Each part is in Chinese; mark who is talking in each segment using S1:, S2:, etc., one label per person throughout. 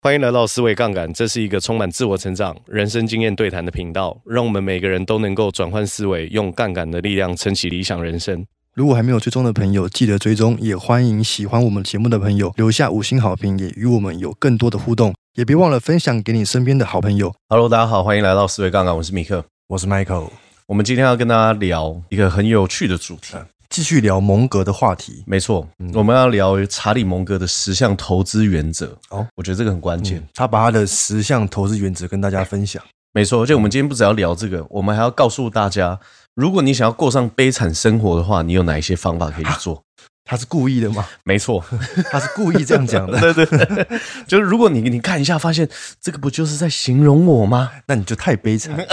S1: 欢迎来到思维杠杆，这是一个充满自我成长、人生经验对谈的频道，让我们每个人都能够转换思维，用杠杆的力量撑起理想人生。
S2: 如果还没有追踪的朋友，记得追踪，也欢迎喜欢我们节目的朋友留下五星好评，也与我们有更多的互动，也别忘了分享给你身边的好朋友。
S1: Hello，大家好，欢迎来到思维杠杆，我是米克。
S2: 我是 Michael，
S1: 我们今天要跟大家聊一个很有趣的主题，
S2: 继续聊蒙格的话题。
S1: 没错，我们要聊查理蒙格的十项投资原则。
S2: 哦，
S1: 我觉得这个很关键。
S2: 他把他的十项投资原则跟大家分享。
S1: 没错，而且我们今天不只要聊这个，我们还要告诉大家，如果你想要过上悲惨生活的话，你有哪一些方法可以去做？
S2: 他是故意的吗？
S1: 没错，
S2: 他是故意 这样讲的？
S1: 对对对， 就是如果你你看一下，发现这个不就是在形容我吗？
S2: 那你就太悲惨 了。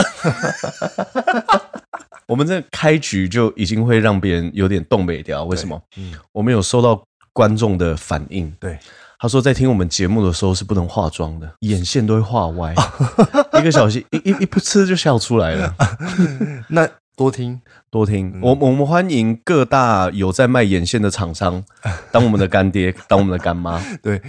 S1: 我们这开局就已经会让别人有点动北掉，为什么？
S2: 嗯，
S1: 我们有收到观众的反应，
S2: 对，
S1: 他说在听我们节目的时候是不能化妆的，眼线都会画歪， 一个小时一一一不吃就笑出来 了。
S2: 那多听。
S1: 多听，我我们欢迎各大有在卖眼线的厂商，当我们的干爹，当我们的干妈，
S2: 对，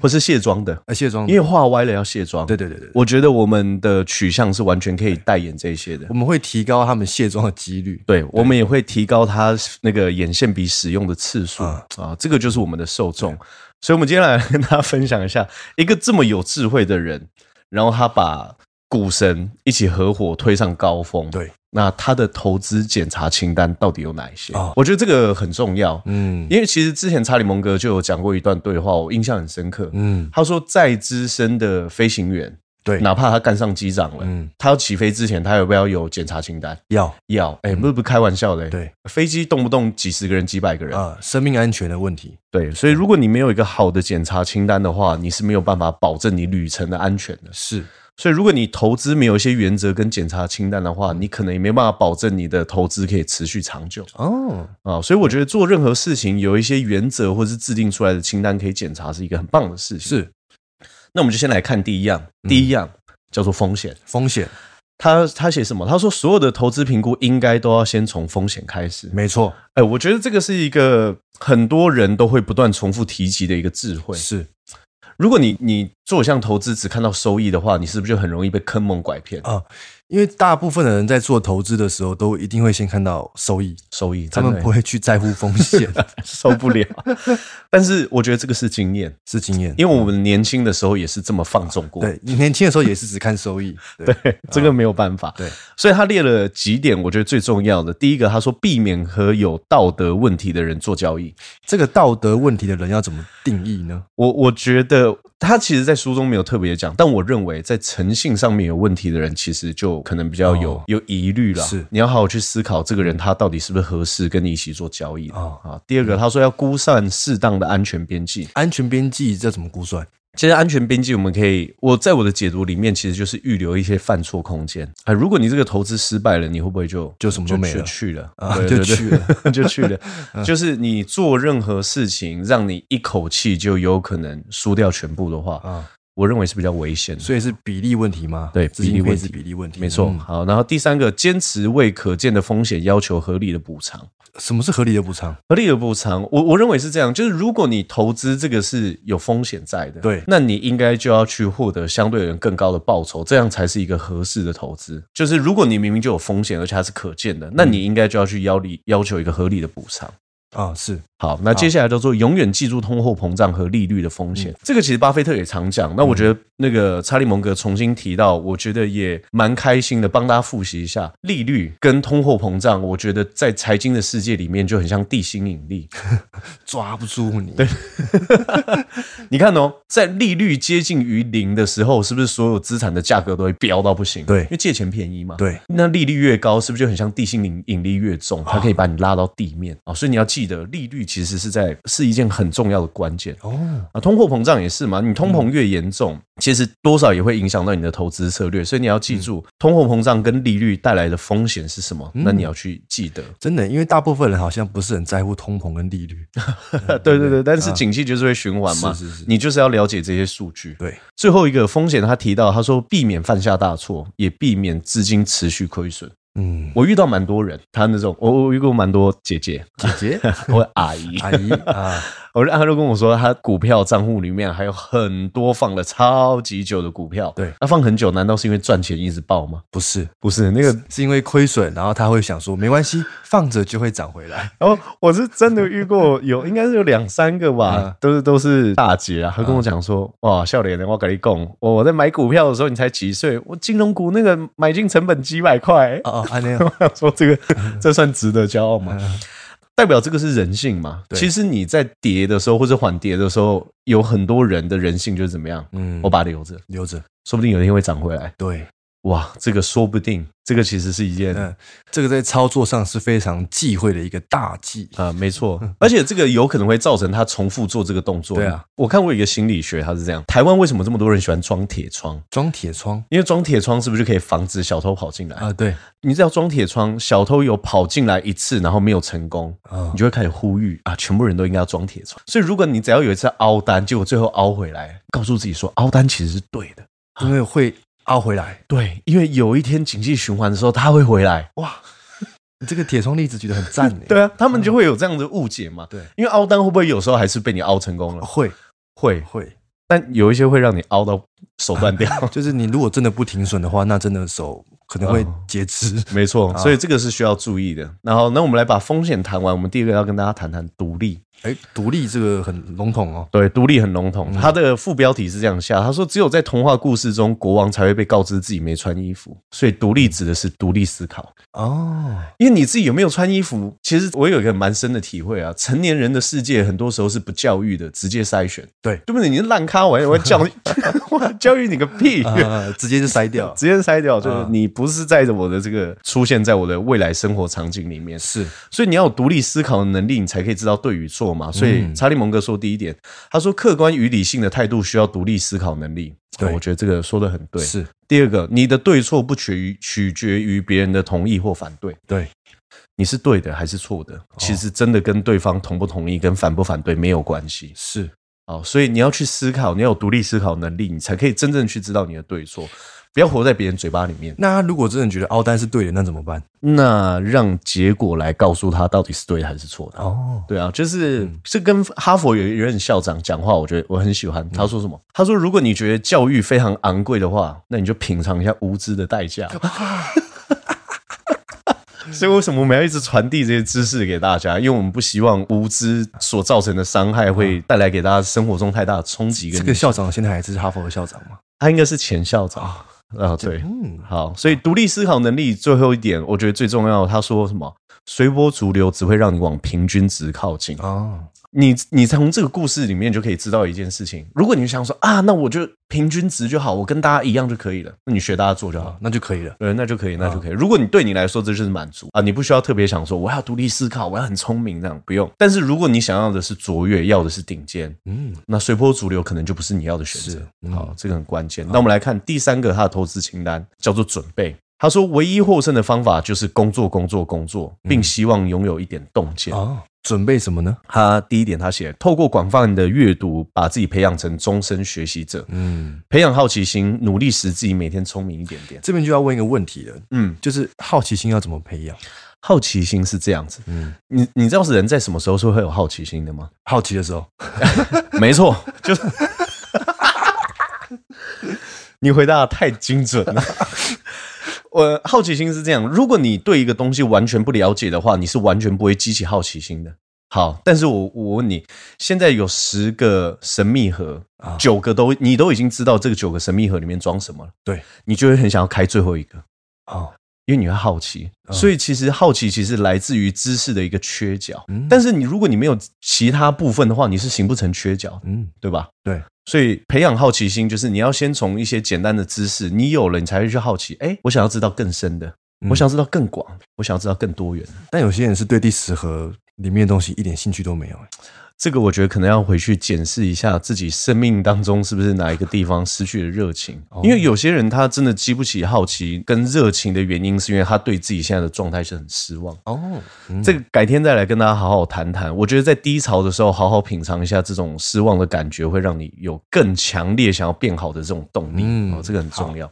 S1: 或是卸妆的，
S2: 呃，卸妆。
S1: 因为画歪了要卸妆。
S2: 对对对对，
S1: 我觉得我们的取向是完全可以代言这些的
S2: 我。们会提高他们卸妆的几率。
S1: 对，我们也会提高它那个眼线笔使用的次数
S2: 嗯
S1: 啊这个就是我们的受众。所以，我们今天来跟大家分享一下，一个这么有智慧的人，然后他把股神一起合伙推上高峰。
S2: 对，
S1: 那他的投资检查清单到底有哪一些？
S2: 啊
S1: 我觉得这个很重要，
S2: 嗯
S1: 因为其实之前查理蒙格就有讲过一段对话，我印象很深刻。
S2: 嗯，
S1: 他说，再资深的飞行员，
S2: 对，
S1: 哪怕他干上机长了，
S2: 嗯
S1: 他要起飞之前，他有不要有检查清单？
S2: 要
S1: 要，哎、不是不是开玩笑的、
S2: 嗯对，
S1: 飞机动不动几十个人、几百个人，
S2: 啊、生命安全的问题。
S1: 对，所以如果你没有一个好的检查清单的话，你是没有办法保证你旅程的安全的。
S2: 是，
S1: 所以如果你投资没有一些原则跟检查清单的
S2: 嗯
S1: 话，你可能也没办法保证你的投资可以持续长久
S2: 哦，
S1: 啊。所以我觉得做任何事情有一些原则或是制定出来的清单可以检查是一个很棒的事情。
S2: 是嗯
S1: 那我们就先来看第一样，第一样、叫做风险。
S2: 风险，
S1: 他他写什么？他说所有的投资评估应该都要先从风险开始。
S2: 没错，
S1: 哎，我觉得这个是一个很多人都会不断重复提及的一个智慧。
S2: 是
S1: 如果你你做一项投资只看到收益的话，你是不是就很容易被坑蒙拐骗？
S2: 啊、因为大部分的人在做投资的时候，都一定会先看到收益，
S1: 收益
S2: 他们不
S1: 会
S2: 会去在乎风 险，
S1: 受不了。但是我觉得这个是经验，
S2: 是经验。
S1: 因为我们年轻的时候也是这么放纵过。
S2: 对，你年轻的时候也是只看收益，对，
S1: 对，这个没有办法。
S2: 对，
S1: 所以他列了几点，我觉得最重要的。第一个，他说避免和有道德问题的人做交易。
S2: 这个道德问题的人要怎么定义呢？
S1: 我我觉得他其实，在书中没有特别讲，但我认为在诚信上面有问题的人，其实就可能比较有、
S2: 哦
S1: 有疑虑啦。
S2: 是
S1: 你要好好去思考，这个人他到底是不是合适跟你一起做交易的、
S2: 哦
S1: 啊。第二个，他说要估算适当的安全边际。
S2: 安全边际这怎么估算？
S1: 其实安全边际，我们可以我在我的解读里面，其实就是预留一些犯错空间啊。如果你这个投资失败了，你会不会就
S2: 就什么都没了
S1: 就去了
S2: 啊
S1: 对对对
S2: 就去了嗯
S1: 就去 了？ 就是你做任何事情，让你一口气就有可能输掉全部的话，
S2: 啊，
S1: 我认为是比较危险的。
S2: 所以是比例问题吗？
S1: 对
S2: 资金
S1: 比例问
S2: 配
S1: 题
S2: 置比例问题，
S1: 没错，
S2: 嗯
S1: 好，然后第三个，坚持为可见的风险要求合理的补偿。
S2: 什么是合理的补偿？
S1: 合理的补偿，我我认为是这样，就是如果你投资这个是有风险在的，
S2: 对
S1: 那你应该就要去获得相对人更高的报酬，这样才是一个合适的投资。就是如果你明明就有风险，而且它是可见的，那你应该就要去要理要求一个合理的补偿。
S2: 啊，是
S1: 好，那接下来叫做永远记住通货膨胀和利率的风
S2: 嗯
S1: 险。这个其实巴菲特也常讲。那我觉得那个查理蒙格重新提到，我觉得也蛮开心的，帮大家复习一下利率跟通货膨胀。我觉得在财经的世界里面就很像地心引 力。
S2: 抓不住你，对，
S1: 你看哦，在利率接近于零的时候，是不是所有资产的价格都会飙到不行？
S2: 对
S1: 因为借钱便宜嘛。
S2: 对，
S1: 那利率越高，是不是就很像地心引引力越重？它可以把你拉到地面啊、哦所以你要记得，利率其实是在是一件很重要的关键。
S2: 哦，
S1: 啊，通货膨胀也是嘛，你
S2: 嗯
S1: 通膨越严重，其实多少也会影响到你的投资策略，所以你要
S2: 嗯
S1: 记住，通货膨胀跟利率带来的风险是什么，那
S2: 嗯
S1: 你要去记得。
S2: 真的，因为大部分人好像不是很在乎通膨跟利率，嗯
S1: 对对对，但是景气就是会循环嘛，
S2: 啊是是是
S1: 你就是要了解这些数据。
S2: 对，
S1: 最后一个风险，他提到他说避免犯下大错，也避免资金持续亏损。
S2: 嗯，
S1: 我遇到蛮多人，他那种我我遇过蛮多姐姐，
S2: 姐姐
S1: 我阿姨，
S2: 阿姨啊，
S1: 我就他就跟我说，他股票账户里面还有很多放了超级久的股票。
S2: 对
S1: 那、放很久，难道是因为赚钱一直爆吗？
S2: 不是，
S1: 不是那个
S2: 是因为亏损，然后他会想说没关系，放着就会涨回来。
S1: 然后哦我是真的遇过有，应该是有两三个吧，
S2: 嗯
S1: 都是都是大姐啊，她跟我讲说，哇，笑脸的，欸我跟你讲，我我在买股票的时候，你才几岁，我金融股那个买进成本几百块，
S2: 哦哦，安内
S1: 我想说这个这算值得骄傲吗？嗯代表这个是人性嘛？
S2: 对
S1: 其实你在跌的时候或者缓跌的时候，有很多人的人性就是怎么样，
S2: 嗯
S1: 我把它留着，
S2: 留着。
S1: 说不定有一天会涨回来。
S2: 对，
S1: 哇，这个说不定，这个其实是一件
S2: 嗯，这个在操作上是非常忌讳的一个大忌。
S1: 啊，没错，而且这个有可能会造成他重复做这个动作。
S2: 嗯对啊，
S1: 我看过一个心理学，他是这样：台湾为什么这么多人喜欢装铁窗？
S2: 装铁窗
S1: 因为装铁窗是不是就可以防止小偷跑进来？
S2: 啊，对
S1: 你只要装铁窗，小偷有跑进来一次，然后没有成功，
S2: 啊
S1: 你，就会开始呼吁啊，全部人都应该要装铁窗。所以如果你只要有一次凹单，结果最后凹回来，告诉自己说凹单其实是对的，
S2: 因为会凹回来。
S1: 对，因为有一天经济循环的时候，它会回来。
S2: 哇，你这个铁窗例子举得很赞 诶。
S1: 对啊，他们就会有这样的误解嘛。
S2: 对，
S1: 因为凹单会不会有时候还是被你凹成功了？
S2: 会
S1: 会，
S2: 会，
S1: 但有一些会让你凹到手断 掉。
S2: 就是你如果真的不停损的话，那真的手可能会
S1: 哦
S2: 截肢。
S1: 没错，
S2: 啊
S1: 所以这个是需要注意的。然后，那我们来把风险谈完。我们第一个要跟大家谈谈独立。
S2: 哎，独立这个很笼统哦。
S1: 对，独立很笼统。它的副标题是这样下：他说，只有在童话故事中，国王才会被告知自己没穿衣服。所以，独立指的是独立思考。
S2: 哦，
S1: 因为你自己有没有穿衣服，其实我有一个蛮深的体会啊。成年人的世界很多时候是不教育的，直接筛选。
S2: 对
S1: 对不对？你是烂咖，我还我还教育， 我教育你个屁！
S2: 啊，直接就筛掉。
S1: 直接筛掉，就是
S2: 嗯
S1: 你不是在我的这个出现在我的未来生活场景里面，
S2: 是，
S1: 所以你要有独立思考的能力，你才可以知道对与错嘛。所以
S2: 嗯
S1: 查理蒙格说第一点，他说客观与理性的态度需要独立思考能力。
S2: 对
S1: 我觉得这个说的很对。
S2: 是
S1: 第二个，你的对错不取于取决于别人的同意或反对，
S2: 对，
S1: 你是对的还是错的，
S2: 哦
S1: 其实真的跟对方同不同意、跟反不反对没有关系。
S2: 是
S1: 哦，所以你要去思考，你要有独立思考能力，你才可以真正去知道你的对错，不要活在别人嘴巴里面。
S2: 那他如果真的觉得凹单是对的，那怎么办？
S1: 那让结果来告诉他到底是对还是错的。
S2: 哦，
S1: 对啊，就是是跟哈佛有一任校长讲话，我觉得我很喜欢。他说什么？他说如果你觉得教育非常昂贵的话，那你就品尝一下无知的代价。 所以为什么我们要一直传递这些知识给大家？因为我们不希望无知所造成的伤害会带来给大家生活中太大的冲击跟
S2: 这
S1: 影响。
S2: 个校长现在还是哈佛的校长吗？
S1: 他应该是前校长啊、对，
S2: 嗯，
S1: 好，所以独立思考能力最后一点，我觉得最重要。他说什么？随波逐流只会让你往平均值靠近。
S2: 哦，
S1: 你你从这个故事里面就可以知道一件事情。如果你想说啊，那我就平均值就好，我跟大家一样就可以了，那你学大家做就好。
S2: 好，那就可以了。
S1: 对，那就可以，那就可以。如果你对你来说这就是满足啊，你不需要特别想说我要独立思考，我要很聪明这样，不用。但是如果你想要的是卓越，要的是顶尖，
S2: 嗯，
S1: 那随波逐流可能就不是你要的选择
S2: 是。嗯
S1: 好，这个很关键。那我们来看第三个他的投资清单，叫做准备。他说，唯一获胜的方法就是工作、工作、工作，并希望拥有一点洞见。
S2: 嗯哦，准备什么呢？
S1: 他第一点，他写透过广泛的阅读，把自己培养成终身学习者，
S2: 嗯，
S1: 培养好奇心，努力使自己每天聪明一点点。
S2: 这边就要问一个问题了，
S1: 嗯，
S2: 就是好奇心要怎么培养？
S1: 好奇心是这样子。
S2: 嗯，
S1: 你你知道是人在什么时候是会有好奇心的吗？
S2: 好奇的时候，
S1: 没错，就是你回答的太精准了。 我好奇心是这样，如果你对一个东西完全不了解的话，你是完全不会激起好奇心的。好，但是我我问你，现在有十个神秘盒
S2: 啊，
S1: 九、个都你都已经知道这个九个神秘盒里面装什么了，
S2: 对
S1: 你就会很想要开最后一个，
S2: 哦，
S1: 因为你会好奇。所以其实好奇其实来自于知识的一个缺角，
S2: 嗯
S1: 但是你如果你没有其他部分的话，你是形不成缺角的。
S2: 嗯，
S1: 对吧？
S2: 对，
S1: 所以培养好奇心，就是你要先从一些简单的知识，你有了，你才会去好奇。哎，我想要知道更深的，
S2: 嗯
S1: 我想要知道更广，我想要知道更多元。
S2: 但有些人是对第十盒里面的东西一点兴趣都没有，哎
S1: 这个我觉得可能要回去检视一下自己生命当中是不是哪一个地方失去了热情，
S2: 哦
S1: 因为有些人他真的激不起好奇跟热情的原因，是因为他对自己现在的状态是很失望。
S2: 哦，
S1: 这个改天再来跟大家好好谈谈。我觉得在低潮的时候，好好品尝一下这种失望的感觉，会让你有更强烈想要变好的这种动力。
S2: 嗯
S1: 哦，这个很重要。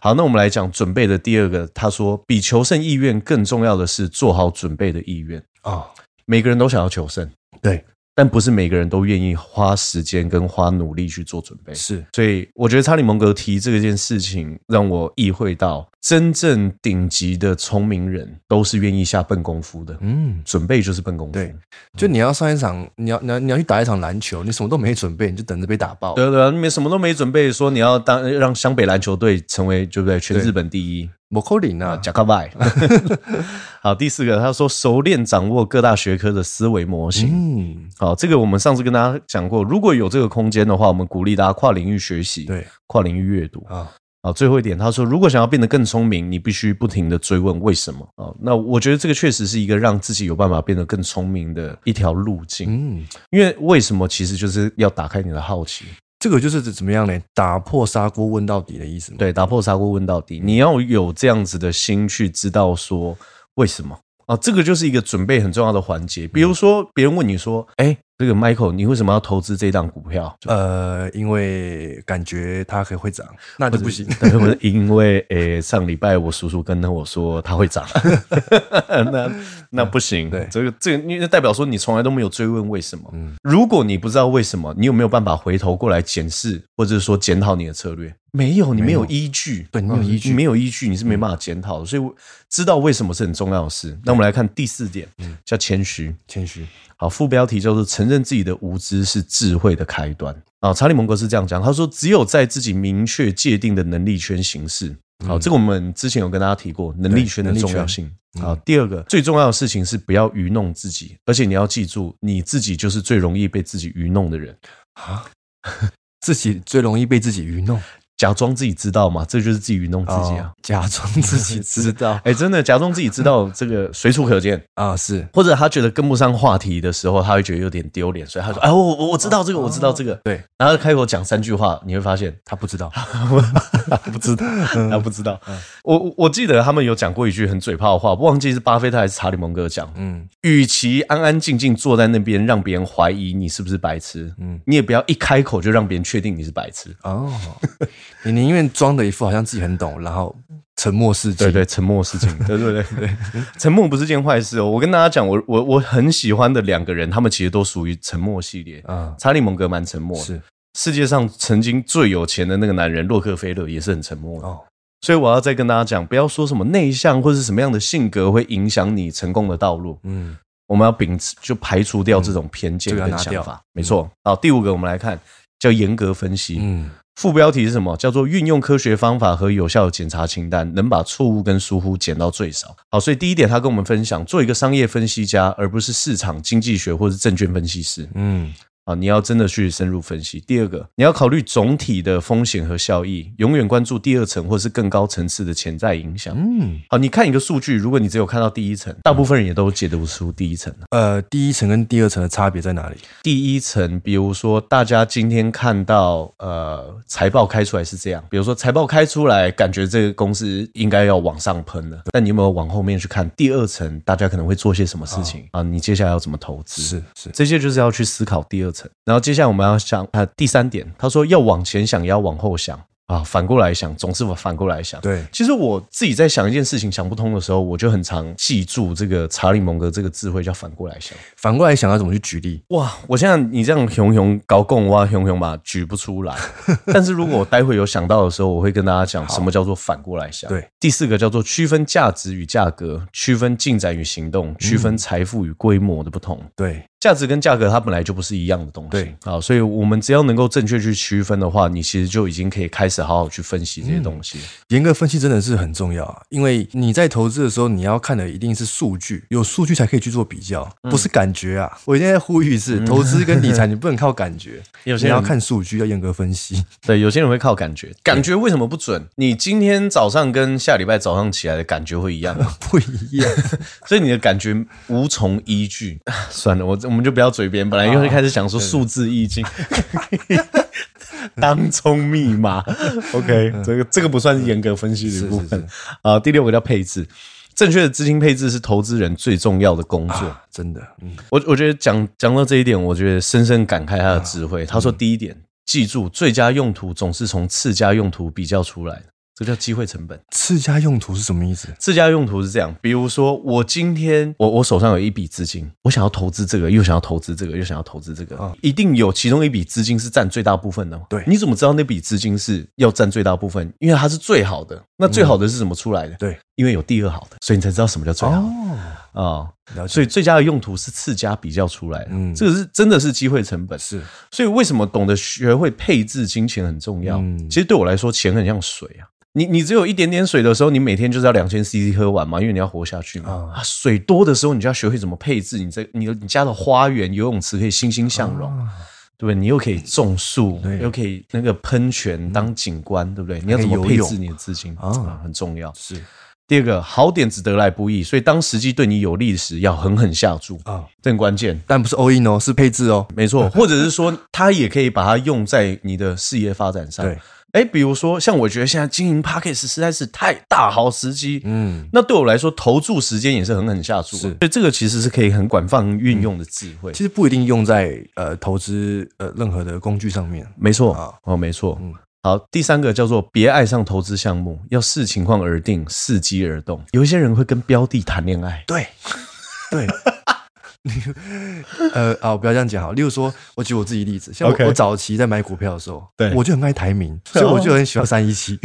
S1: 好，那我们来讲准备的第二个。他说，比求胜意愿更重要的是做好准备的意愿。
S2: 哦，
S1: 每个人都想要求胜，
S2: 对，
S1: 但不是每个人都愿意花时间跟花努力去做准备。
S2: 是
S1: 所以我觉得查理蒙格提这件事情，让我意会到真正顶级的聪明人都是愿意下笨功夫的。
S2: 嗯，
S1: 准备就是笨功夫。
S2: 对就你要上一场，你要你要你要去打一场篮球，你什么都没准备，你就等着被打爆。
S1: 对啊对啊，你们什么都没准备，说你要当让湘北篮球队成为对不对全
S2: 对
S1: 日本第一，
S2: 某扣林啊，
S1: 贾克拜。 好，第四个他说熟练掌握各大学科的思维模型。
S2: 嗯，
S1: 好，这个我们上次跟大家讲过，如果有这个空间的话，我们鼓励大家跨领域学习，
S2: 对
S1: 跨领域阅读。
S2: 啊，
S1: 啊，最后一点，他说，如果想要变得更聪明，你必须不停的追问为什么啊。那我觉得这个确实是一个让自己有办法变得更聪明的一条路径，
S2: 嗯，
S1: 因为为什么其实就是要打开你的好奇，
S2: 这个就是怎么样呢？打破砂锅问到底的意思嘛。
S1: 对，打破砂锅问到底，你要有这样子的心去知道说为什么啊，这个就是一个准备很重要的环节。比如说，别人问你说，哎、这个 Michael，你为什么要投资这档股票？
S2: 呃，因为感觉它可以会涨，那就 不行。
S1: 对，我是因为诶、上礼拜我叔叔跟我说它会涨， 那那不行，
S2: 嗯对
S1: 这个这个，因为代表说你从来都没有追问为什么。
S2: 嗯
S1: 如果你不知道为什么，你有没有办法回头过来检视，或者是说检讨你的策略？没有，你没有
S2: 没有
S1: 依据，
S2: 对你没有
S1: 嗯
S2: 依据嗯
S1: 没有依据，你是没办法检讨的。所以我知道为什么是很重要的事。那我们来看第四点，
S2: 嗯
S1: 叫谦虚。
S2: 谦虚，
S1: 好，副标题叫做“承认自己的无知是智慧的开端”。啊，查理蒙格是这样讲，他说：“只有在自己明确界定的能力圈行事。”好，这个我们之前有跟大家提过能力圈的重要性。好，第二个最重要的事情是不要愚弄自己，而且你要记住，你自己就是最容易被自己愚弄的人。
S2: 自己最容易被自己愚弄，
S1: 假装自己知道嘛，这就是自己愚弄自己啊
S2: 哦！假 装自己知道
S1: 哎、真的，假装自己知道这个随处可见，
S2: 啊，是
S1: 或者他觉得跟不上话题的时候，他会觉得有点丢脸，所以他说：“哎，我我我知道这个，我知道这个。”
S2: 对
S1: 然后开口讲三句话，你会发现
S2: 他不知道，
S1: 他不知道，他不知道。我我我记得他们有讲过一句很嘴炮的话，忘记是巴菲特还是查理蒙格讲。
S2: 嗯
S1: 与其安安静静坐在那边让别人怀疑你是不是白痴，
S2: 嗯，
S1: 你也不要一开口就让别人确定你是白痴。
S2: 哦，你宁愿装的一副好像自己很懂，然后沉默是金，
S1: 对对，沉默是金。 对对对对，沉默不是件坏事哦。我跟大家讲，我我我很喜欢的两个人，他们其实都属于沉默系列。
S2: 啊，
S1: 查理蒙格蛮沉默的，
S2: 是
S1: 世界上曾经最有钱的那个男人洛克菲勒也是很沉默的。
S2: 哦，
S1: 所以我要再跟大家讲，不要说什么内向或是什么样的性格会影响你成功的道路。
S2: 嗯
S1: 我们要秉持就排除掉这种偏见
S2: 嗯这个要
S1: 跟
S2: 拿
S1: 想
S2: 掉
S1: 法。没错。好，第五个我们来看叫严格分析。
S2: 嗯，
S1: 副标题是什么？叫做运用科学方法和有效的检查清单，能把错误跟疏忽减到最少。好，所以第一点，他跟我们分享，做一个商业分析家，而不是市场经济学或是证券分析师。
S2: 嗯
S1: 啊，你要真的去深入分析。第二个，你要考虑总体的风险和效益，永远关注第二层或是更高层次的潜在影响。
S2: 嗯，
S1: 好，你看一个数据，如果你只有看到第一层，大部分人也都解读出第一层。
S2: 呃，第一层跟第二层的差别在哪里？
S1: 第一层，比如说大家今天看到呃财报开出来是这样，比如说财报开出来，感觉这个公司应该要往上喷了，但你有没有往后面去看第二层，大家可能会做些什么事情、啊？你接下来要怎么投资？
S2: 是是，
S1: 这些就是要去思考第二层。然后接下来我们要想啊、呃第三点，他说要往前想，也要往后想啊，反过来想，总是反过来想。
S2: 对，
S1: 其实我自己在想一件事情想不通的时候，我就很常记住这个查理蒙格这个智慧，叫反过来想。
S2: 反过来想要怎么去举例？
S1: 哇，我现在你这样熊熊搞共哇熊熊吧，举不出 来。但是如果我待会有想到的时候，我会跟大家讲什么叫做反过来想。
S2: 对，
S1: 第四个叫做区分价值与价格，区分进展与行动，区
S2: 嗯
S1: 分财富与规模的不同。
S2: 对，
S1: 价值跟价格它本来就不是一样的东西，
S2: 对
S1: 啊，所以我们只要能够正确去区分的话，你其实就已经可以开始好好去分析这些东西。
S2: 严格分析真的是很重要啊，因为你在投资的时候，你要看的一定是数据，有数据才可以去做比较，
S1: 嗯
S2: 不是感觉啊。我现在呼吁是，投资跟 理财你不能靠感觉，
S1: 有
S2: 你要看数据，要严格分析。
S1: 嗯 对，有些人会靠感觉，感觉为什么不准？你今天早上跟下礼拜早上起来的感觉会一样吗？
S2: 不一 样，
S1: 所以你的感觉无从依据。 算了，我我们就不要嘴边，本来又开始想说数字易经。 当中密码，OK，这个这个不算是严格分析的一部分啊。第六个叫配置，正确的资金配置是投资人最重要的工作。
S2: 啊真的，嗯，
S1: 我我觉得讲讲到这一点，我觉得深深感慨他的智慧。他说，第一点，记住最佳用途总是从次佳用途比较出来的。这叫机会成本。
S2: 次家用途是什么意思？
S1: 自家用途是这样，比如说我今天我我手上有一笔资金，我想要投资这个，又想要投资这个，又想要投资这个，
S2: 嗯
S1: 一定有其中一笔资金是占最大部分的嘛？
S2: 对
S1: 你怎么知道那笔资金是要占最大部分？因为它是最好的，那最好的是怎么出来的？
S2: 嗯对，
S1: 因为有第二好的，所以你才知道什么叫最好的
S2: 哦，
S1: 啊、哦
S2: 了解。
S1: 所以最佳的用途是次佳比较出来的，
S2: 嗯
S1: 这个是真的是机会成本。
S2: 是
S1: 所以为什么懂得学会配置金钱很重要？
S2: 嗯
S1: 其实对我来说，钱很像水啊。你你只有一点点水的时候，你每天就是要两千 CC 喝完嘛，因为你要活下去嘛。
S2: 啊
S1: 啊，水多的时候，你就要学会怎么配置。你在你的你家的花园、游泳池可以欣欣向荣，
S2: 啊
S1: 对不对？你又可以种树
S2: 对，嗯
S1: 又可以那个喷泉当景观，对不对？你要怎么
S2: 还可
S1: 配
S2: 以游泳
S1: 置你的资金
S2: 啊
S1: 啊，很重要。
S2: 是
S1: 第二个，好点子得来不易，所以当时机对你有利时，要狠狠下注，
S2: 啊，
S1: 这很关键。
S2: 但不是 all in 哦，是配置哦。
S1: 没错，或者是说，它也可以把它用在你的事业发展上。
S2: 对，
S1: 哎，比如说，像我觉得现在经营 p a c k a g e 实在是太大好时机。
S2: 嗯，
S1: 那对我来说，投注时间也是狠狠下注，啊
S2: 是
S1: 所
S2: 嗯
S1: 以这个其实是可以很广泛运用的智慧。
S2: 其实不一定用在呃投资呃任何的工具上面。
S1: 没错，
S2: 啊
S1: 哦，没错。
S2: 嗯
S1: 好，第三个叫做别爱上投资项目，要视情况而定，伺机而动。有一些人会跟标的谈恋 爱，
S2: 对，对。 呃啊，我不要这样讲好。例如说，我举我自己例子，像我
S1: OK
S2: 我早期在买股票的时候，
S1: 对
S2: 我就很爱台名，所以我就很喜欢三一 七，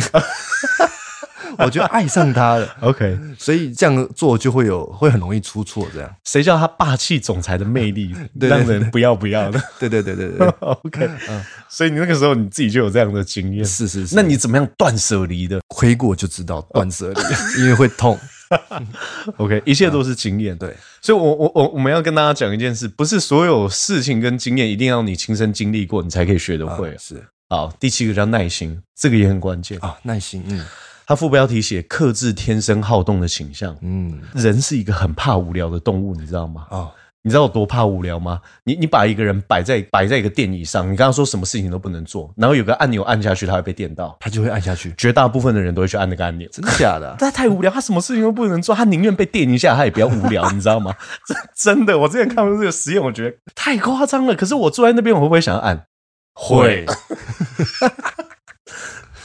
S2: 我就爱上它了。
S1: OK，
S2: 所以这样做就会有会很容易出错，这样。
S1: 谁叫他霸气总裁的魅力
S2: 对对嗯
S1: 让人不要不要 的
S2: 对对对对对，
S1: ？OK，、所以你那个时候你自己就有这样的经验。
S2: 是是是。
S1: 那你怎么样断舍离 的
S2: 亏过就知道断舍离， 因为会痛。
S1: ？OK，一切都是经验。
S2: 嗯对，
S1: 所以我，我我我们要跟大家讲一件事，不是所有事情跟经验一定要你亲身经历过，你才可以学得
S2: 啊
S1: 会。
S2: 是
S1: 好，第七个叫耐心，这个也很关键。
S2: 啊，耐心，嗯
S1: 它副标题写“克制天生好动的倾向”。
S2: 嗯
S1: 人是一个很怕无聊的动物，你知道吗？
S2: 啊，
S1: 你知道有多怕无聊吗？你你把一个人摆在摆在一个电椅上，你刚刚说什么事情都不能做，然后有个按钮按下去，他会被电到。
S2: 他就会按下去，
S1: 绝大部分的人都会去按那个按钮，
S2: 真的假的啊？
S1: 他太无聊，他什么事情都不能做，他宁愿被电一下，他也不要无聊，你知道吗？ 真真的，我之前看过这个实验，我觉得太夸张了。可是我坐在那边，我会不会想要啊按？
S2: 会，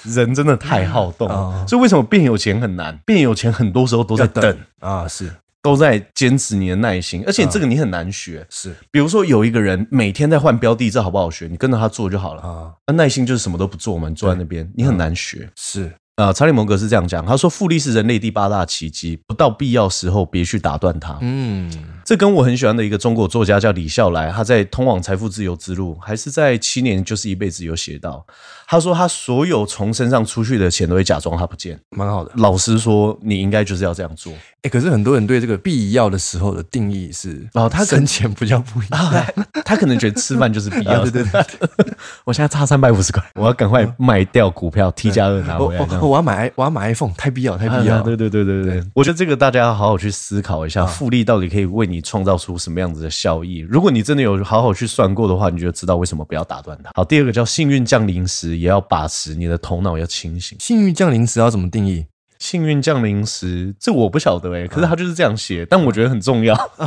S1: 人真的太好动了，
S2: 哦
S1: 所以为什么变有钱很难？变有钱很多时候都在
S2: 要
S1: 等，
S2: 啊，是
S1: 都在坚持你的耐心，而
S2: 嗯
S1: 且这个你很难学。
S2: 是
S1: 比如说有一个人每天在换标的，这好不好学？你跟着他做就好了。
S2: 啊
S1: 那耐心就是什么都不做嘛，你坐在那
S2: 嗯
S1: 边，你很难学。
S2: 是
S1: 啊、查理蒙格是这样讲，他说：“复利是人类第八大奇迹，不到必要时候别去打断它。”
S2: 嗯
S1: 这跟我很喜欢的一个中国作家叫李笑来，他在《通往财富自由之路》还是在《七年就是一辈子》有写到，他说他所有从身上出去的钱都会假装他不见。
S2: 蛮好的。
S1: 老师说，你应该就是要这样 做。
S2: 哎、可是很多人对这个必要的时候的定义是，
S1: 哦他可能
S2: 跟钱比较不一样。
S1: 他可能觉得吃饭就是必要的。
S2: 啊 对对
S1: 对， 我现在差三百五十块，我要赶快卖掉股票 T 加二拿
S2: 我
S1: 回来。这样
S2: 我我要买嗯我要买 iPhone，太必要太
S1: 哎
S2: 必
S1: 呀
S2: 要。
S1: 对对对对啊对，我觉得这个大家要好好去思考一下，复利到底可以为你创造出什么样子的效益。如果你真的有好好去算过的话，你就知道为什么不要打断它。好，第二个叫幸运降临时，也要把持你的头脑要清醒。
S2: 幸运降临时要怎么定义？
S1: 幸运降临时，这我不晓得哎、可是他就是这样写，但我觉得很重要。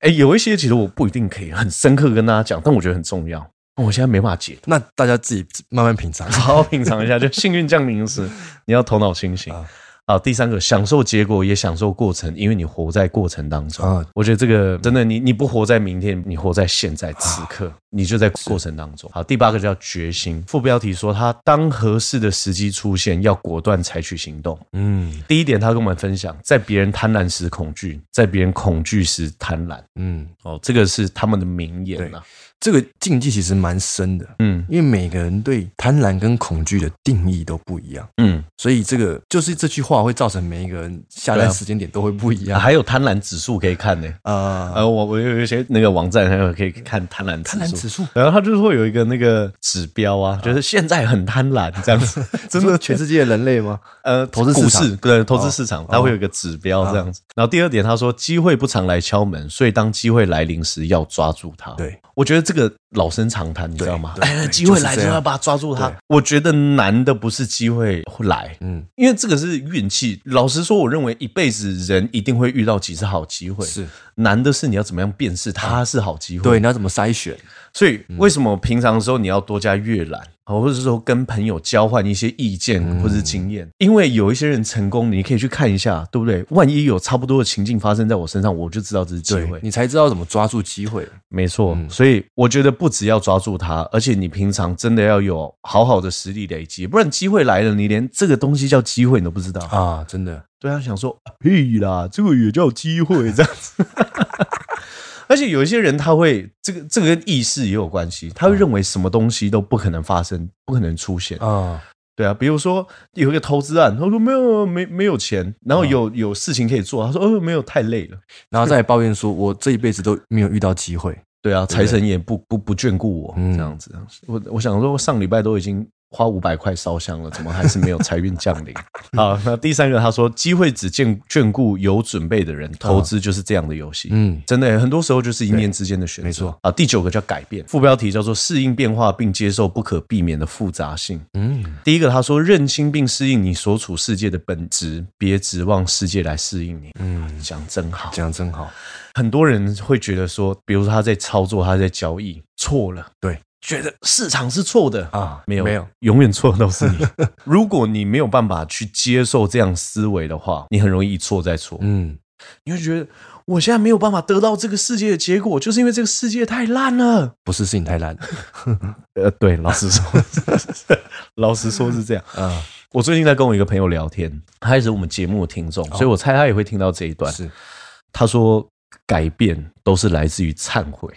S1: 哎、有一些其实我不一定可以很深刻跟大家讲，但我觉得很重要。哦我现在没办法解
S2: 那大家自己慢慢品 尝。
S1: 好好品尝一下，就幸运降临时，你要头脑清醒。
S2: 啊
S1: 好，第三个，享受结果也享受过程，因为你活在过程当中。
S2: 啊
S1: 我觉得这个真的，你你不活在明天，你活在现在此刻，
S2: 啊
S1: 你就在过程当中。好，第八个叫决心，副标题说他当合适的时机出现，要果断采取行动。
S2: 嗯
S1: 第一点，他跟我们分享，在别人贪婪时恐惧，在别人恐惧时贪婪。
S2: 嗯，
S1: 哦，这个是他们的名言呐、
S2: 这个禁忌其实蛮深的，
S1: 嗯
S2: 因为每个人对贪婪跟恐惧的定义都不一样，
S1: 嗯、
S2: 所以这个就是这句话会造成每一个人下单
S1: 对啊
S2: 时间点都会不一
S1: 啊
S2: 样。
S1: 还有贪婪指数可以看呢、
S2: 呃，
S1: 呃，我我有一些那个网站，还有可以看贪婪
S2: 贪婪指
S1: 指数，
S2: 数
S1: 然后它就是会有一个那个指标啊，就是现在很贪婪这样子，真的
S2: 全世界的人类吗？
S1: 呃，
S2: 啊投资
S1: 股
S2: 市场
S1: 市对投资市场，它会有一个指标
S2: 哦
S1: 这样子。然后第二点，他说机会不常来敲门，所以当机会来临时要抓住它。
S2: 对，
S1: 我觉得这个老生常谈，你知道吗？
S2: 对
S1: 哎
S2: 对
S1: 机会
S2: 就是
S1: 来
S2: 这
S1: 就要
S2: 样
S1: 把它抓住它
S2: 对。
S1: 我觉得难的不是机会会来，
S2: 嗯，
S1: 因为这个是运气。老实说，我认为一辈子人一定会遇到几次好机会，
S2: 是
S1: 难的是你要怎么样辨识它是好机会。
S2: 嗯对，嗯你要怎么筛选？
S1: 所以为什么平常的时候你要多加阅览，
S2: 嗯
S1: 好或者是说跟朋友交换一些意见或者是经验？因为有一些人成功，你可以去看一下，对不对？万一有差不多的情境发生在我身上，我就知道这是机
S2: 对嗯
S1: 会。
S2: 你才知道怎么抓住机会。
S1: 没错，所以我觉得不只要抓住它，而且你平常真的要有好好的实力累积，不然机会来了，你连这个东西叫机会你都不知道。
S2: 啊，真的，
S1: 对啊，想说屁啦，这个也叫机会这样子。 而且有一些人他会这个这个跟意识也有关系，他会认为什么东西都不可能发生，不可能出现。
S2: 啊，
S1: 对啊，比如说有一个投资案，他说没有没没有钱，然后有有事情可以做，他说哦没有太累了。
S2: 然后再来抱怨说，我这一辈子都没有遇到机会。
S1: 对啊，
S2: 对
S1: 财神也不不不眷顾我
S2: 嗯
S1: 这样子。我我想说，上礼拜都已经花五百块烧香了，怎么还是没有财运降 临？好，那第三个他说，机会只眷眷顾有准备的人，投资就是这样的游戏。
S2: 嗯，
S1: 真的耶，很多时候就是一念之间的选择。
S2: 没错
S1: 啊，第九个叫改变，副标题叫做适应变化并接受不可避免的复杂性。
S2: 嗯，
S1: 第一个，他说认清并适应你所处世界的本质，别指望世界来适应你。嗯，讲真好。
S2: 讲得真好。
S1: 很多人会觉得说，比如说他在操作，他在交易，错了，
S2: 对，
S1: 觉得市场是错的
S2: 啊
S1: 没有
S2: 没有，
S1: 永远错的都是 你。如果你没有办法去接受这样思维的话，你很容易一错再错，
S2: 嗯，
S1: 你会觉得我现在没有办法得到这个世界的结果，就是因为这个世界太烂了。
S2: 不是事情太烂。
S1: 呃，对，老实说， 老实说是这样。
S2: 啊，
S1: 我最近在跟我一个朋友聊天，他也是我们节目的听众，所以我猜他也会听到这一段。
S2: 是
S1: 他说，改变都是来自于忏悔。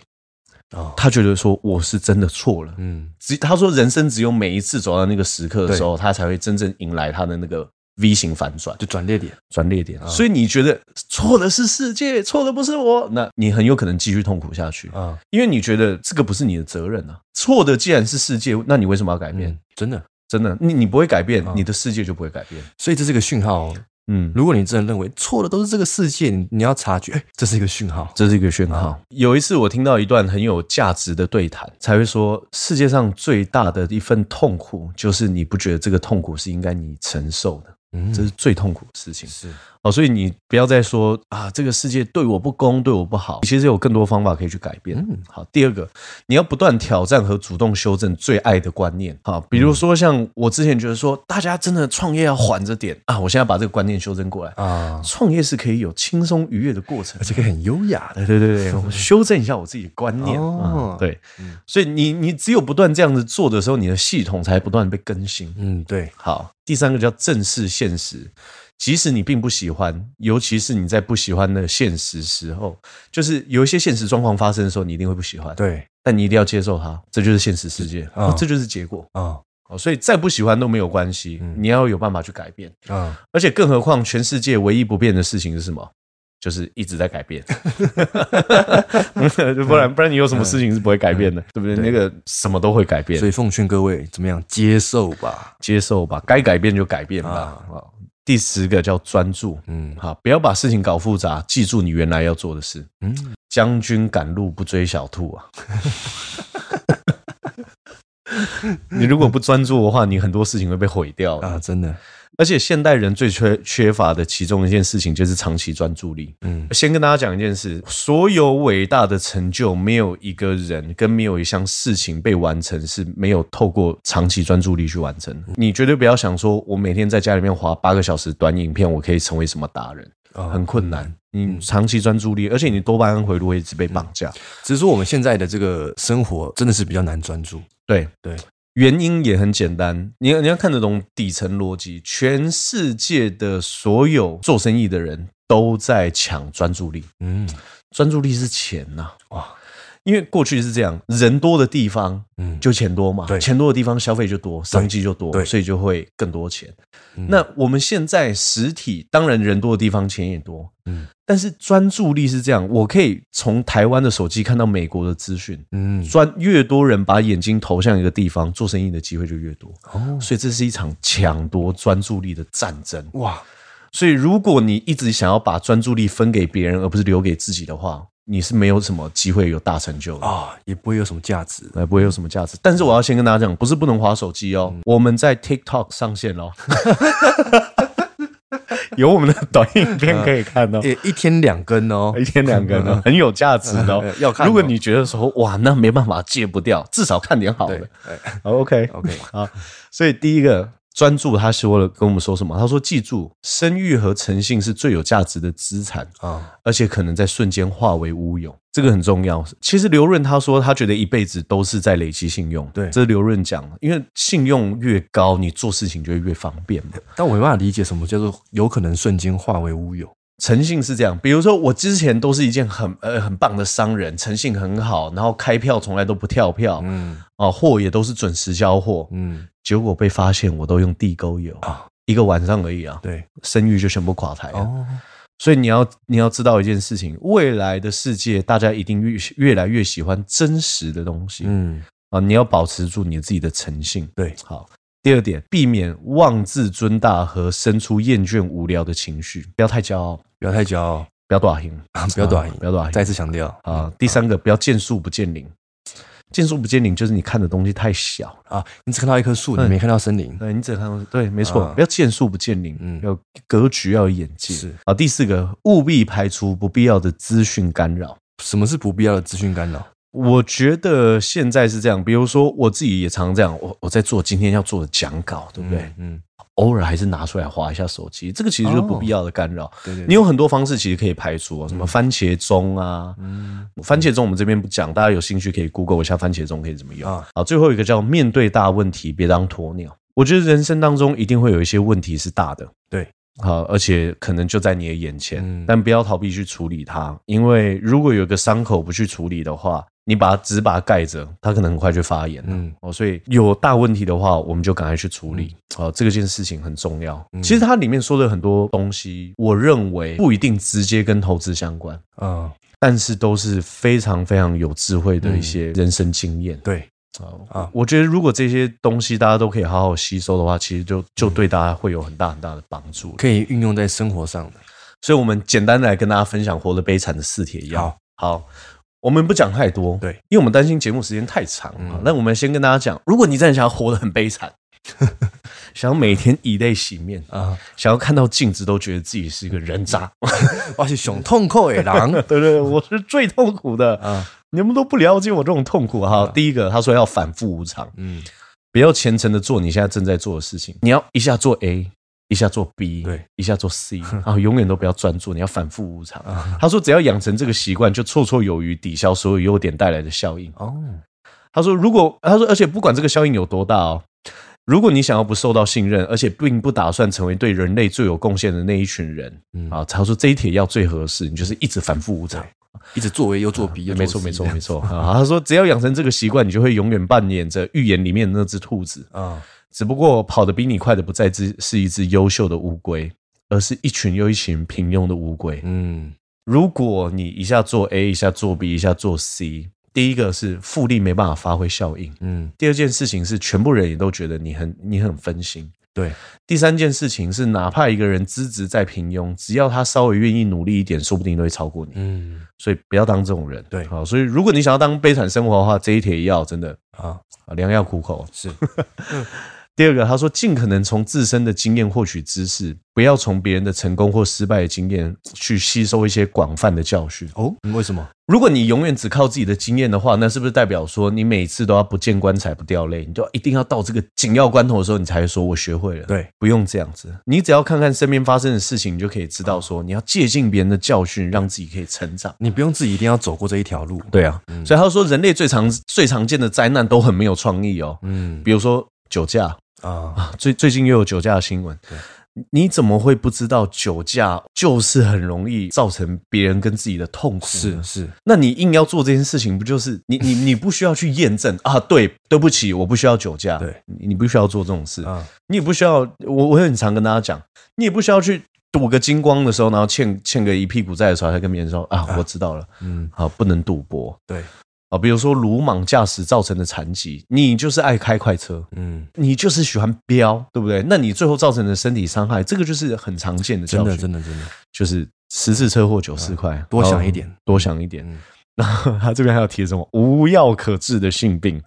S2: 啊，
S1: 他觉得说我是真的错了。
S2: 嗯，
S1: 只他说人生只有每一次走到那个时刻的时候，他才会真正迎来他的那个 V 型反转
S2: 就转捩点。
S1: 转捩点。所以你觉得错的是世界，错的不是我，那你很有可能继续痛苦下去，
S2: 啊，
S1: 因为你觉得这个不是你的责任啊。错的既然是世界，那你为什么要改变？
S2: 嗯，真的。
S1: 真的，你你不会改变，
S2: 嗯
S1: 你的世界就不会改变。
S2: 所以这是个讯号哦。
S1: 嗯，
S2: 如果你真的认为错的都是这个世界，你你要察觉，哎这是一个讯号。
S1: 这是一个讯号。啊有一次我听到一段很有价值的对谈，才会说世界上最大的一份痛苦，就是你不觉得这个痛苦是应该你承受的，
S2: 嗯
S1: 这是最痛苦的事情。
S2: 是
S1: 哦，所以你不要再说啊，这个世界对我不公，对我不好。其实有更多方法可以去改变。
S2: 嗯
S1: 好，第二个，你要不断挑战和主动修正最爱的观念。好，比如说像我之前觉得说，大家真的创业要缓着点啊，我现在把这个观念修正过来，
S2: 啊，
S1: 创业是可以有轻松愉悦的过程
S2: 而。且可以很优雅的。
S1: 对对对对， 我修正一下我自己的观念。
S2: 哦
S1: 嗯对，所以你你只有不断这样子做的时候，你的系统才不断地被更新。
S2: 嗯，对，
S1: 好，第三个叫正视现实。即使你并不喜欢，尤其是你在不喜欢的现实时候，就是有一些现实状况发生的时候，你一定会不喜欢。，
S2: 对
S1: 但你一定要接受它，这就是现实世界，
S2: 嗯
S1: 哦这就是结果。
S2: 啊
S1: 哦，所以再不喜欢都没有关系，
S2: 嗯
S1: 你要有办法去改变。
S2: 啊，
S1: 而且，更何况全世界唯一不变的事情是什么？就是一直在改 变，不然不然你有什么事情是不会改变的，对不对？那个什么都会改变
S2: 嗯所，以奉劝各位怎么样接受吧。
S1: 接受吧，该改变就改变吧。啊，第十个叫专注，
S2: 嗯
S1: 好，不要把事情搞复杂，记住你原来要做的事。
S2: 嗯，
S1: 将军赶路不追小兔 啊！你如果不专注的话，你很多事情会被毁掉的
S2: 啊，真的，
S1: 而且现代人最缺缺乏的其中一件事情就是长期专注力。
S2: 嗯
S1: 先跟大家讲一件事：所有伟大的成就，没有一个人跟没有一项事情被完成是没有透过长期专注力去完成的。你绝对不要想说，我每天在家里面花八个小时短影片，我可以成为什么达人，
S2: 啊
S1: 很困难。你长期专注力，而且你多巴胺回路会一直被绑架。
S2: 只是说我们现在的这个生活真的是比较难专注。
S1: 对
S2: 对，
S1: 原因也很简单，你你要看得懂底层逻辑。全世界的所有做生意的人都在抢专注力，
S2: 嗯
S1: 专注力是钱呐、
S2: 哇，
S1: 因为过去是这样，人多的地方
S2: 嗯，
S1: 就钱多嘛，
S2: 对
S1: 钱多的地方消费就多，商机就多，
S2: 对
S1: 所以就会更多钱。
S2: 嗯
S1: 那我们现在实体，当然人多的地方钱也多，
S2: 嗯
S1: 但是专注力是这样，我可以从台湾的手机看到美国的资讯，
S2: 嗯
S1: 专越多人把眼睛投向一个地方，做生意的机会就越多。
S2: 哦
S1: 所以这是一场抢夺专注力的战争。
S2: 哇
S1: 所以如果你一直想要把专注力分给别人，而不是留给自己的话，你是没有什么机会有大成就的。
S2: 啊，也不会有什么价值。
S1: 呃，不会有什么价值。但是我要先跟大
S2: 嗯
S1: 家讲，不是不能划手机哦，我们在 TikTok 上线喽， 有我们的短影片可以看 哦，哎
S2: 也一天两更哦
S1: 一，天两个呢，很有价值的哦
S2: 嗯。 要看哦
S1: 如果你觉得说哇，那没办法戒不掉，至少看点好
S2: 对哎
S1: 的。好 OK
S2: ，OK，
S1: 好，啊所以第一个。专注，他希望跟我们说什么？他说：“记住，声誉和诚信是最有价值的资产。
S2: 啊，
S1: 而且可能在瞬间化为乌有，这个很重要。其实刘润他说，他觉得一辈子都是在累积信用，
S2: 对
S1: 这是刘润讲的，因为信用越高，你做事情就会越方便嘛。
S2: 但我没办法理解什么叫做有可能瞬间化为乌有。
S1: 诚信是这样，比如说我之前都是一件很呃很棒的商人，诚信很好，然后开票从来都不跳票，
S2: 嗯
S1: 啊货也都是准时交货，
S2: 嗯，
S1: 结果被发现我都用地沟油
S2: 啊
S1: 一个晚上而已啊，
S2: 对，
S1: 声誉就全部垮台了。
S2: 哦，
S1: 所以你要你要知道一件事情，未来的世界大家一定越越来越喜欢真实的东西、
S2: 嗯，
S1: 啊！你要保持住你自己的诚信。
S2: 对，
S1: 好，第二点，避免妄自尊大和生出厌倦无聊的情绪，不要太骄傲，
S2: 不要太骄傲，啊
S1: 不要短行，
S2: 不要短
S1: 啊不要短
S2: 再
S1: 行
S2: 次强调
S1: 啊！第三个，不要见树不见林，见树不见林就是你看的东西太小了。
S2: 啊，你只看到一棵树，你没看到森林。
S1: 对，你只看到对，没错，
S2: 啊
S1: 不要见树不见林，
S2: 嗯
S1: 要格局要有眼界。
S2: 是
S1: 啊，第四个，务必排除不必要的资讯干扰。
S2: 什么是不必要的资讯干扰？
S1: 我觉得现在是这样，比如说我自己也常这样，我我在做今天要做的讲稿，对不对？
S2: 嗯，
S1: 偶尔还是拿出来划一下手机，这个其实就是不必要的干扰。
S2: 对哦对，
S1: 你有很多方式其实可以排除、哦，什么番茄钟啊，
S2: 嗯
S1: 番茄钟我们这边不讲，大家有兴趣可以 Google 一下番茄钟可以怎么用
S2: 啊
S1: 啊。最后一个叫面对大问题，别当鸵鸟。我觉得人生当中一定会有一些问题是大的，
S2: 对，
S1: 好，而且可能就在你的眼前，
S2: 嗯
S1: 但不要逃避去处理它，因为如果有个伤口不去处理的话，你把它只把它盖着，它可能很快就发炎了。
S2: 嗯
S1: 哦，所以有大问题的话，我们就赶快去处理。哦，这个件事情很重要。
S2: 嗯
S1: 其实它里面说的很多东西，我认为不一定直接跟投资相关，
S2: 啊，
S1: 但是都是非常非常有智慧的一些人生经验。
S2: 对，
S1: 哦
S2: 嗯啊
S1: 我觉得如果这些东西大家都可以好好吸收的话，其实就
S2: 嗯
S1: 就对大家会有很大很大的帮助。
S2: 可以运用在生活上的。
S1: 所以，我们简单来跟大家分享《活得悲惨的四铁一样。
S2: 好，
S1: 好，我们不讲太多，
S2: 对
S1: 因为我们担心节目时间太长
S2: 嗯
S1: 啊。那、我们先跟大家讲，如果你真的想要活得很悲 惨，想要每天以泪洗面
S2: 啊
S1: 啊，想要看到镜子都觉得自己是一个人渣，
S2: 我是熊痛苦诶，狼
S1: 对对对，我是最痛苦的
S2: 啊
S1: 啊！你们都不了解我这种痛苦哈、第一个，他说要反复无常，
S2: 嗯，
S1: 不要虔诚的做你现在正在做的事情，你要一下做 A，一下做 B，
S2: 对，
S1: 一下做 C，然后永远都不要专注，你要反复无常。
S2: 啊
S1: 他说，只要养成这个习惯，就绰绰有余，抵消所有优点带来的效应。
S2: 哦，
S1: 他说，如果他说，而且不管这个效应有多大哦，如果你想要不受到信任，而且并不打算成为对人类最有贡献的那一群人，
S2: 嗯
S1: 啊，他说这一帖要最合适，你就是一直反复无常。
S2: 一直作为又作弊，又
S1: 没错，
S2: 作弊
S1: 没错，没错。啊，他说只要养成这个习惯，你就会永远扮演着寓言里面的那只兔子。
S2: 啊，
S1: 只不过跑得比你快的不再只是一只优秀的乌龟，而是一群又一群平庸的乌龟。
S2: 嗯
S1: 如果你一下做 A，一下做 B，一下做 C，第一个是复利没办法发挥效应；
S2: 嗯，
S1: 第二件事情是全部人也都觉得你很你很分心；
S2: 对，
S1: 第三件事情是哪怕一个人资质再平庸，只要他稍微愿意努力一点，说不定都会超过你。
S2: 嗯
S1: 所以不要当这种人。
S2: 对
S1: 好，所以如果你想要当悲惨生活的话，这一帖要真的
S2: 啊，
S1: 啊良药苦口。
S2: 是
S1: 第二个，他说尽可能从自身的经验获取知识，不要从别人的成功或失败的经验去吸收一些广泛的教训。
S2: 哦，为什么？
S1: 如果你永远只靠自己的经验的话，那是不是代表说你每次都要不见棺材不掉泪？你都要一定要到这个紧要关头的时候，你才会说我学会了。
S2: 对，
S1: 不用这样子，你只要看看身边发生的事情，你就可以知道说你要借鉴别人的教训，让自己可以成长。
S2: 你不用自己一定要走过这一条路。
S1: 对啊，所以他说人类最常最常见的灾难都很没有创意哦，
S2: 嗯
S1: 比如说酒驾，
S2: 啊，
S1: 最最近又有酒驾的新闻。你怎么会不知道酒驾就是很容易造成别人跟自己的痛苦？
S2: 是，是，
S1: 那你硬要做这件事情，不就是你你你不需要去验证啊？对，对不起，我不需要酒驾，
S2: 对
S1: 你你不需要做这种事，
S2: 啊
S1: 你也不需要。我我很常跟大家讲，你也不需要去赌个精光的时候，然后欠欠个一屁股债的时候，还跟别人说啊，我知道了，
S2: 嗯，
S1: 啊，不能赌博，
S2: 对，
S1: 啊，比如说鲁莽驾驶造成的残疾，你就是爱开快车，
S2: 嗯，
S1: 你就是喜欢飙，对不对？那你最后造成的身体伤害，这个就是很常见的教
S2: 真
S1: 训，
S2: 的，真的，真的，嗯
S1: 就是十次车祸九四块，哦
S2: 多想一点，
S1: 多想一点。
S2: 嗯
S1: 然后他这边还有贴什么无药可治的性病，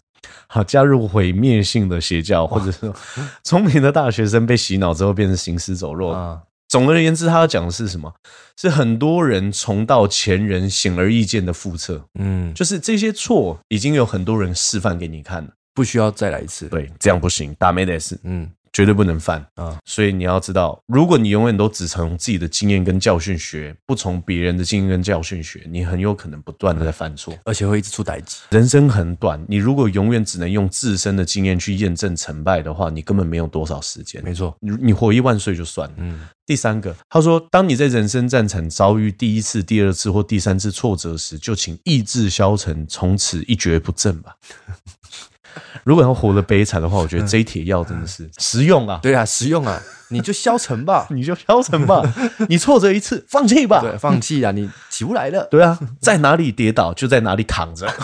S1: 好加入毁灭性的邪教，或者是说 聪明的大学生被洗脑之后变成行尸走肉。
S2: 啊，
S1: 总而言之，他要讲的是什么？是很多人重蹈前人显而易见的覆辙，
S2: 嗯，就
S1: 就是这些错已经有很多人示范给你看了。
S2: 不需要再来一次。，
S1: 对，这样不行，打没得死，
S2: 嗯，
S1: 绝对不能犯
S2: 啊
S1: 啊！所以你要知道，如果你永远都只从自己的经验跟教训学，不从别人的经验跟教训学，你很有可能不断的在犯错。
S2: 而且会一直出代击。
S1: 人生很短，你如果永远只能用自身的经验去验证成败的话，你根本没有多少时间。
S2: 没错，
S1: 你你活一万岁就算了。
S2: 嗯，
S1: 第三个，他说，当你在人生战场遭遇第一次、第二次或第三次挫折时，就请意志消沉，从此一蹶不振吧。 如果要活得悲惨的话，我 觉得这一帖药真的是实用啊！，
S2: 对啊，实用啊，你就消沉吧
S1: 你就消沉吧，你挫折一次，放弃吧。
S2: 对，放弃啊，你起不来了。
S1: 对啊，在哪里跌倒就在哪里躺着。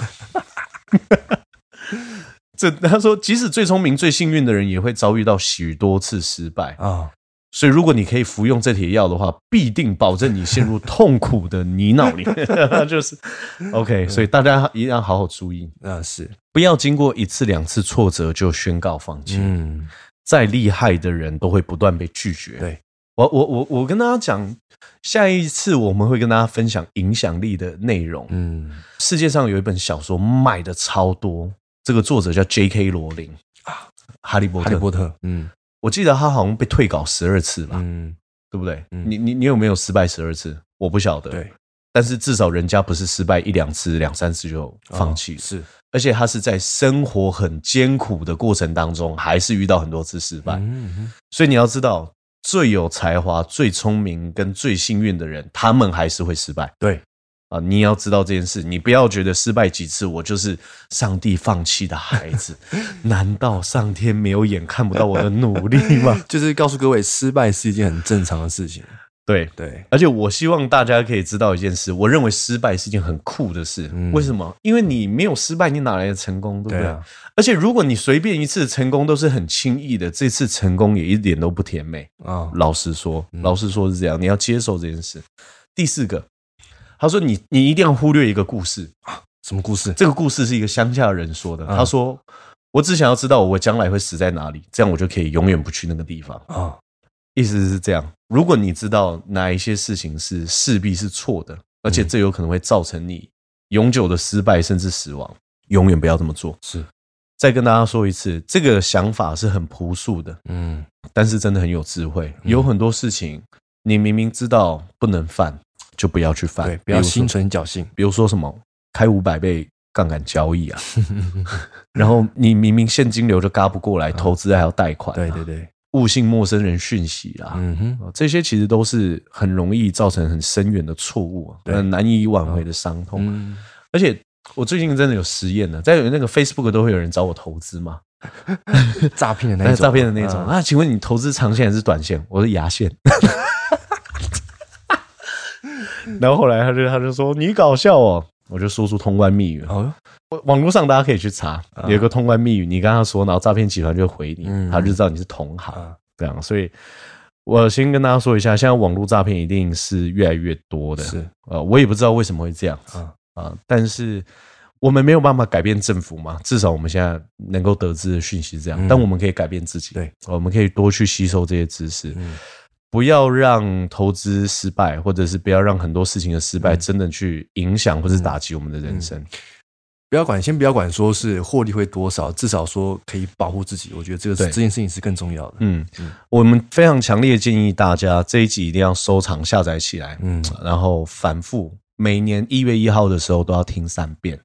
S1: 这他说，即使最聪明、最幸运的人，也会遭遇到许多次失败。
S2: 啊，
S1: 所以，如果你可以服用这帖药的话，必定保证你陷入痛苦的泥淖 里。 就是 OK，所以
S2: 嗯
S1: 大家一定要好好注意，
S2: 那是，
S1: 不要经过一次、两次挫折就宣告放弃。
S2: 嗯，
S1: 再厉害的人都会不断被拒绝。
S2: 对，
S1: 我我我我跟大家讲，下一次我们会跟大家分享影响力的内容。
S2: 嗯，
S1: 世界上有一本小说卖的超多，这个作者叫 J.K. 罗琳啊，哈利波
S2: 哈
S1: 特。
S2: 利波特，嗯
S1: 我记得他好像被退稿十二次吧，
S2: 嗯，
S1: 对不对？
S2: 嗯
S1: 你你你有没有失败十二次？我不晓得。
S2: 对，啊
S1: 但是至少人家不是失败一两次、两三次就放弃
S2: 哦
S1: 了，
S2: 是，
S1: 而且他是在生活很艰苦的过程当中，还是遇到很多次失败。
S2: 嗯，
S1: 所以你要知道，最有才华、最聪明跟最幸运的人，他们还是会失败
S2: 对，
S1: 啊！你要知道这件事，你不要觉得失败几次，我就是上帝放弃的孩子。 难道上天没有眼看不到我的努力吗？
S2: 就是告诉各位，失败是一件很正常的事情。
S1: 对。
S2: 对，
S1: 而且我希望大家可以知道一件事，我认为失败是一件很酷的事。
S2: 嗯
S1: 为什么？因为你没有失败，你哪来的成功，对不对？
S2: 对啊，
S1: 而且如果你随便一次成功都是很轻易的，这次成功也一点都不甜美。
S2: 啊，
S1: 老实说，老实说是这样，你要接受这件事。第四个，他说你你一定要忽略一个故事，
S2: 什么故事？
S1: 这个故事是一个乡下人说的。
S2: 嗯
S1: 他说，我只想要知道我将来会死在哪里，这样我就可以永远不去那个地方。
S2: 啊，
S1: 意思是这样，如果你知道哪一些事情是势必是错的，而
S2: 嗯
S1: 且这有可能会造成你永久的失败甚至死亡，永远不要这么做。
S2: 是，
S1: 再跟大家说一次，这个想法是很朴素的，
S2: 嗯，
S1: 但是真的很有智慧。有很多事情，你明明知道不能犯，就不要去犯。
S2: 对，不要
S1: 比如
S2: 心
S1: 说，
S2: 存侥幸。
S1: 比如说什么开五百倍杠杆交易 啊，然后你明明现金流就嘎不过来，投资还要贷款、
S2: 嗯对对，对，
S1: 误信陌生人讯息啦、
S2: 嗯哼，
S1: 哦这些其实都是很容易造成很深远的错误、啊，
S2: 对
S1: 很难以挽回的伤痛。
S2: 嗯，
S1: 而且我最近真的有实验呢，在有那个 Facebook 都会有人找我投资嘛，
S2: 诈骗的那
S1: 那
S2: 一种，
S1: 诈骗的那种。嗯
S2: 啊
S1: 那请问你投资长线还是短线？我是牙线。 然后后来他就他就说你搞笑哦，我就说出通关密语。嗯
S2: 哦，
S1: 网网络上大家可以去查，有一个通关密语，你跟他说，然后诈骗集团就会回你，
S2: 嗯
S1: 他就知道你是同行。
S2: 啊
S1: 这样，所以我先跟大家说一下，现在网络诈骗一定是越来越多的。
S2: 是，
S1: 呃，我也不知道为什么会这样子
S2: 啊
S1: 啊、但是我们没有办法改变政府嘛，至少我们现在能够得知的讯息是这样，
S2: 嗯
S1: 但我们可以改变自己，呃
S2: 对，
S1: 我们可以多去吸收这些知识。
S2: 嗯
S1: 不要让投资失败，或者是不要让很多事情的失
S2: 嗯
S1: 败，真的去影响或是打击我们的人生。
S2: 不要管，先不要管说是获利会多少，至少说可以保护自己。我觉得这个是
S1: 对
S2: 这件事情是更重要的。
S1: 嗯，我们非常强烈建议大家这一集一定要收藏下载起来，
S2: 嗯，
S1: 然后反复每年一月一号的时候都要听三遍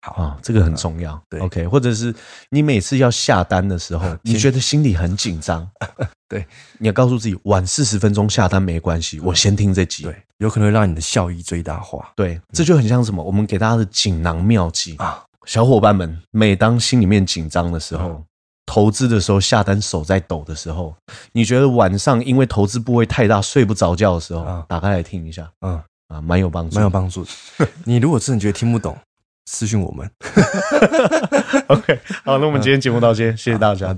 S2: 好，嗯
S1: 啊，这个很重要。
S2: 对
S1: o k 或者是你每次要下单的 时候，你觉得心里很紧张，
S2: 对，嗯
S1: 你要告诉自己晚四十分钟下单没关系，我先听这集。
S2: 对，有可能会让你的效益最大化
S1: 对，这就很像什么？我们给大家的锦囊妙计
S2: 啊。
S1: 小伙伴们，每当心里面紧张的时候，
S2: 嗯
S1: 投资的时候，下单手在抖的时候，你觉得晚上因为投资部位太大睡不着觉的时候，
S2: 啊
S1: 打开来听一下
S2: 嗯，
S1: 啊，蛮有帮助，
S2: 蛮有帮助的。你如果真的觉得听不懂，私讯我们。
S1: OK，好，那我们今天节目到这，谢谢大家。